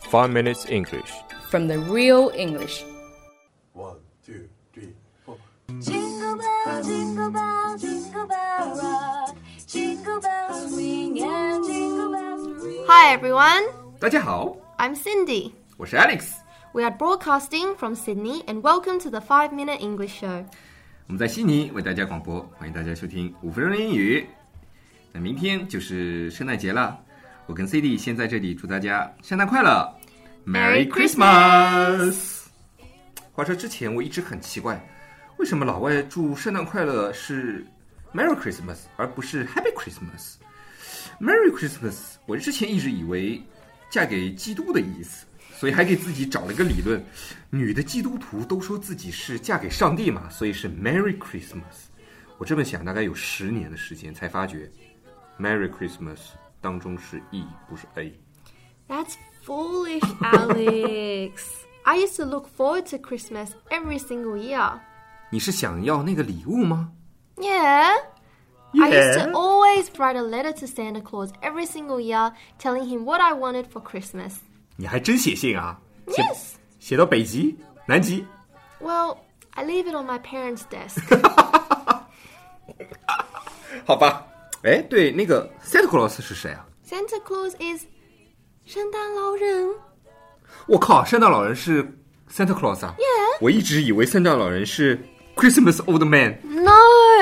Five Minutes English. from the real English. One, two, three, four. Jingle bell, jingle bell, jingle bell rock. Jingle bells ring and jingle bells ring. Hi everyone, 大家好， I'm Cindy. 我是 Alex。 We are broadcasting from Sydney and welcome to the 5 Minute English Show. 我们在悉尼为大家广播，欢迎大家收听五分钟英语。那明天就是圣诞节了，我跟 CD 先在这里祝大家圣诞快乐 Merry Christmas！话说之前我一直很奇怪，为什么老外祝圣诞快乐是 Merry Christmas 而不是 Happy Christmas？Merry Christmas，我之前一直以为嫁给基督的意思，所以还给自己找了个理论：女的基督徒都说自己是嫁给上帝嘛，所以是 Merry Christmas。我这么想大概有十年的时间，才发觉 Merry Christmas 当中是 E 不是 A。 That's foolish, Alex. I used to look forward to Christmas every single year. 你是想要那个礼物吗？ Yeah. I used to Yeah. always write a letter to Santa Claus every single year telling him what I wanted for Christmas. 你还真写信啊？写 Yes. 写到北极、南极。 Well, I leave it on my parents' desk. 好吧，哎，对，那个 Santa Claus 是谁啊？ Santa Claus is 圣诞老人。我靠，圣诞老人是 Santa Claus 啊 Yeah 我一直以为圣诞老人是 Christmas Old Man。 No,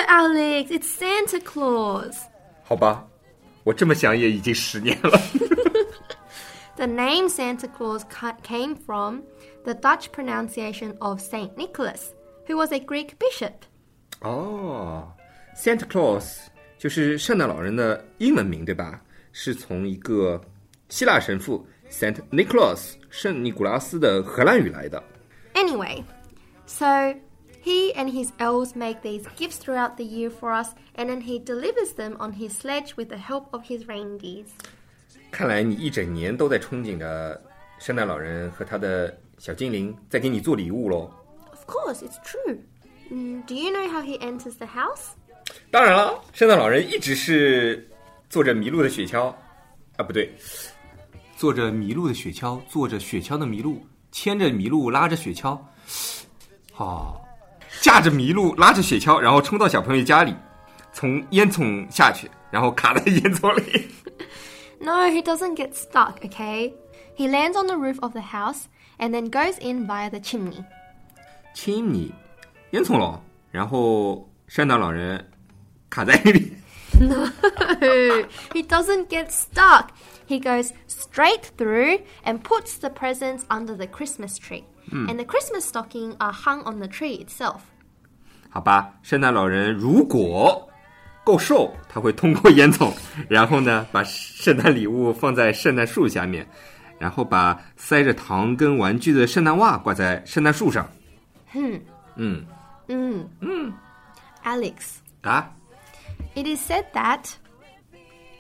Alex, it's Santa Claus. 好吧，我这么想也已经十年了。 The name Santa Claus ca- came from the Dutch pronunciation of Saint Nicholas, who was a Greek bishop. 哦，Santa Claus 就是圣诞老人的英文名对吧？是从一个希腊神父 Saint Nicholas 圣尼古拉斯的荷兰语来的。 Anyway, so he and his elves make these gifts throughout the year for us, and then he delivers them on his sledge with the help of his reindeers. 看来你一整年都在憧憬着圣诞老人和他的小精灵在给你做礼物喽。 Of course, it's true. Mm, do you know how he enters the house? 当然了，圣诞老人一直是坐着麋鹿的雪橇，啊，不对，坐着麋鹿的雪橇，坐着雪橇的麋鹿，牵着麋鹿，拉着雪橇，哦，驾着麋鹿，拉着雪橇，然后冲到小朋友家里，从烟囱下去，然后卡在烟囱里。 No, he doesn't get stuck, okay? He lands on the roof of the house and then goes in via the chimney. 亲你，烟囱了，然后圣诞老人卡在那里。 No, he doesn't get stuck. He goes straight through and puts the presents under the Christmas tree. And the Christmas stocking are hung on the tree itself. 好吧，圣诞老人如果够瘦，他会通过烟囱，然后呢， 把圣诞礼物放在圣诞树下面，然后把塞着糖跟玩具的圣诞袜挂在圣诞树上。嗯 Mm. Alex, 嗯啊， it is said that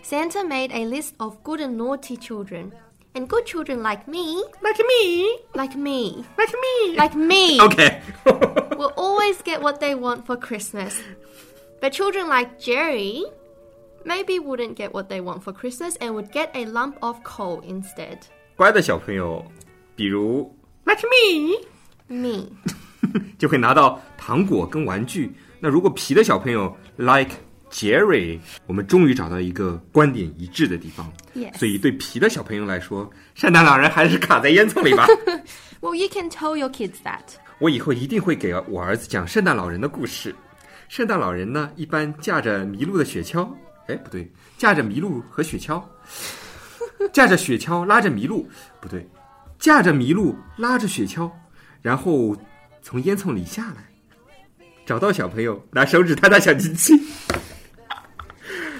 Santa made a list of good and naughty children. And good children like me, 那是 me， like me, 那是 me。 like me. OK， will always get what they want for Christmas. But children like Jerry maybe wouldn't get what they want for Christmas and would get a lump of coal instead. 乖的小朋友，比如那是 me， Me. 就会拿到糖果跟玩具。那如果皮的小朋友 like Jerry，我们终于找到一个观点一致的地方。 Yes 所以对皮的小朋友来说，圣诞老人还是卡在烟囱里吧。 Well, you can tell your kids that. 我以后一定会给我儿子讲圣诞老人的故事。圣诞老人呢，一般驾着麋鹿的雪橇，哎，不对，驾着麋鹿和雪橇，驾着雪橇拉着麋鹿，不对，驾着麋鹿拉着雪橇，然后从烟囱里下来，找到小朋友，拿手指弹弹小机器。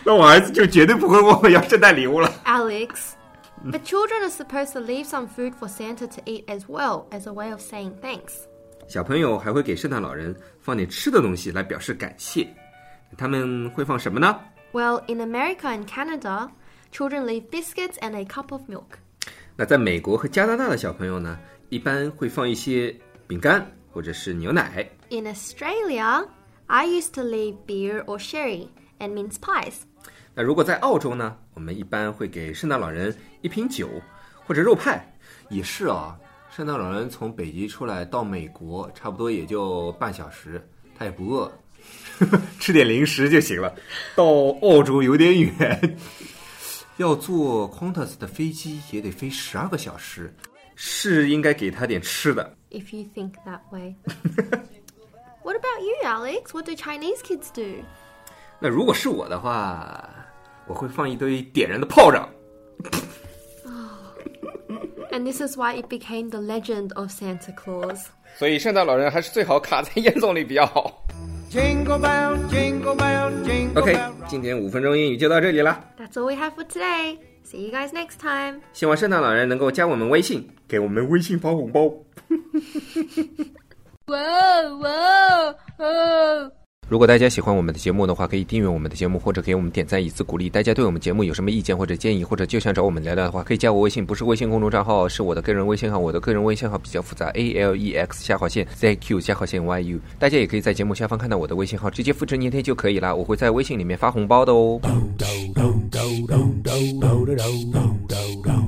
那我儿子就绝对不会问我要圣诞礼物了。 Alex. But children are supposed to leave some food for Santa to eat as well as a way of saying thanks. 小朋友还会给圣诞老人放点吃的东西来表示感谢。他们会放什么呢？ Well, in America and Canada, children leave biscuits and a cup of milk. 那在美国和加拿大的小朋友呢，一般会放一些饼干或者是牛奶。 In Australia, I used to leave beer or sherry and mince pies. 那如果在澳洲呢，我们一般会给圣诞老人一瓶酒或者肉派，也是啊，圣诞老人从北极出来到美国，差不多也就半小时，他也不饿， 吃点零食就行了。到澳洲有点远， 要坐 Qantas 的飞机也得飞十二个小时，是应该给他点吃的。 If you think that way. what about you, Alex? What do Chinese kids do? 那如果是我的话，我会放一堆点燃的炮仗。 And this is why it became the legend of Santa Claus. 所以圣诞老人还是最好卡在烟囱里比较好。 Jingle bell, jingle bell, jingle OK， bell. 今天五分钟英语就到这里了。 That's all we have for today. See you guys next time. 希望圣诞老人能够加我们微信，给我们微信发红包。 Whoa, whoa, oh. whoa. 如果大家喜欢我们的节目的话，可以订阅我们的节目，或者给我们点赞以资鼓励。大家对我们节目有什么意见或者建议，或者就想找我们聊聊的话，可以加我微信，不是微信公众账号，是我的个人微信号。我的个人微信号比较复杂，A L E X 下划线 Z Q 下划线 Y U。大家也可以在节目下方看到我的微信号，直接复制粘贴就可以啦。我会在微信里面发红包的哦。 do do do do do do do do do do do.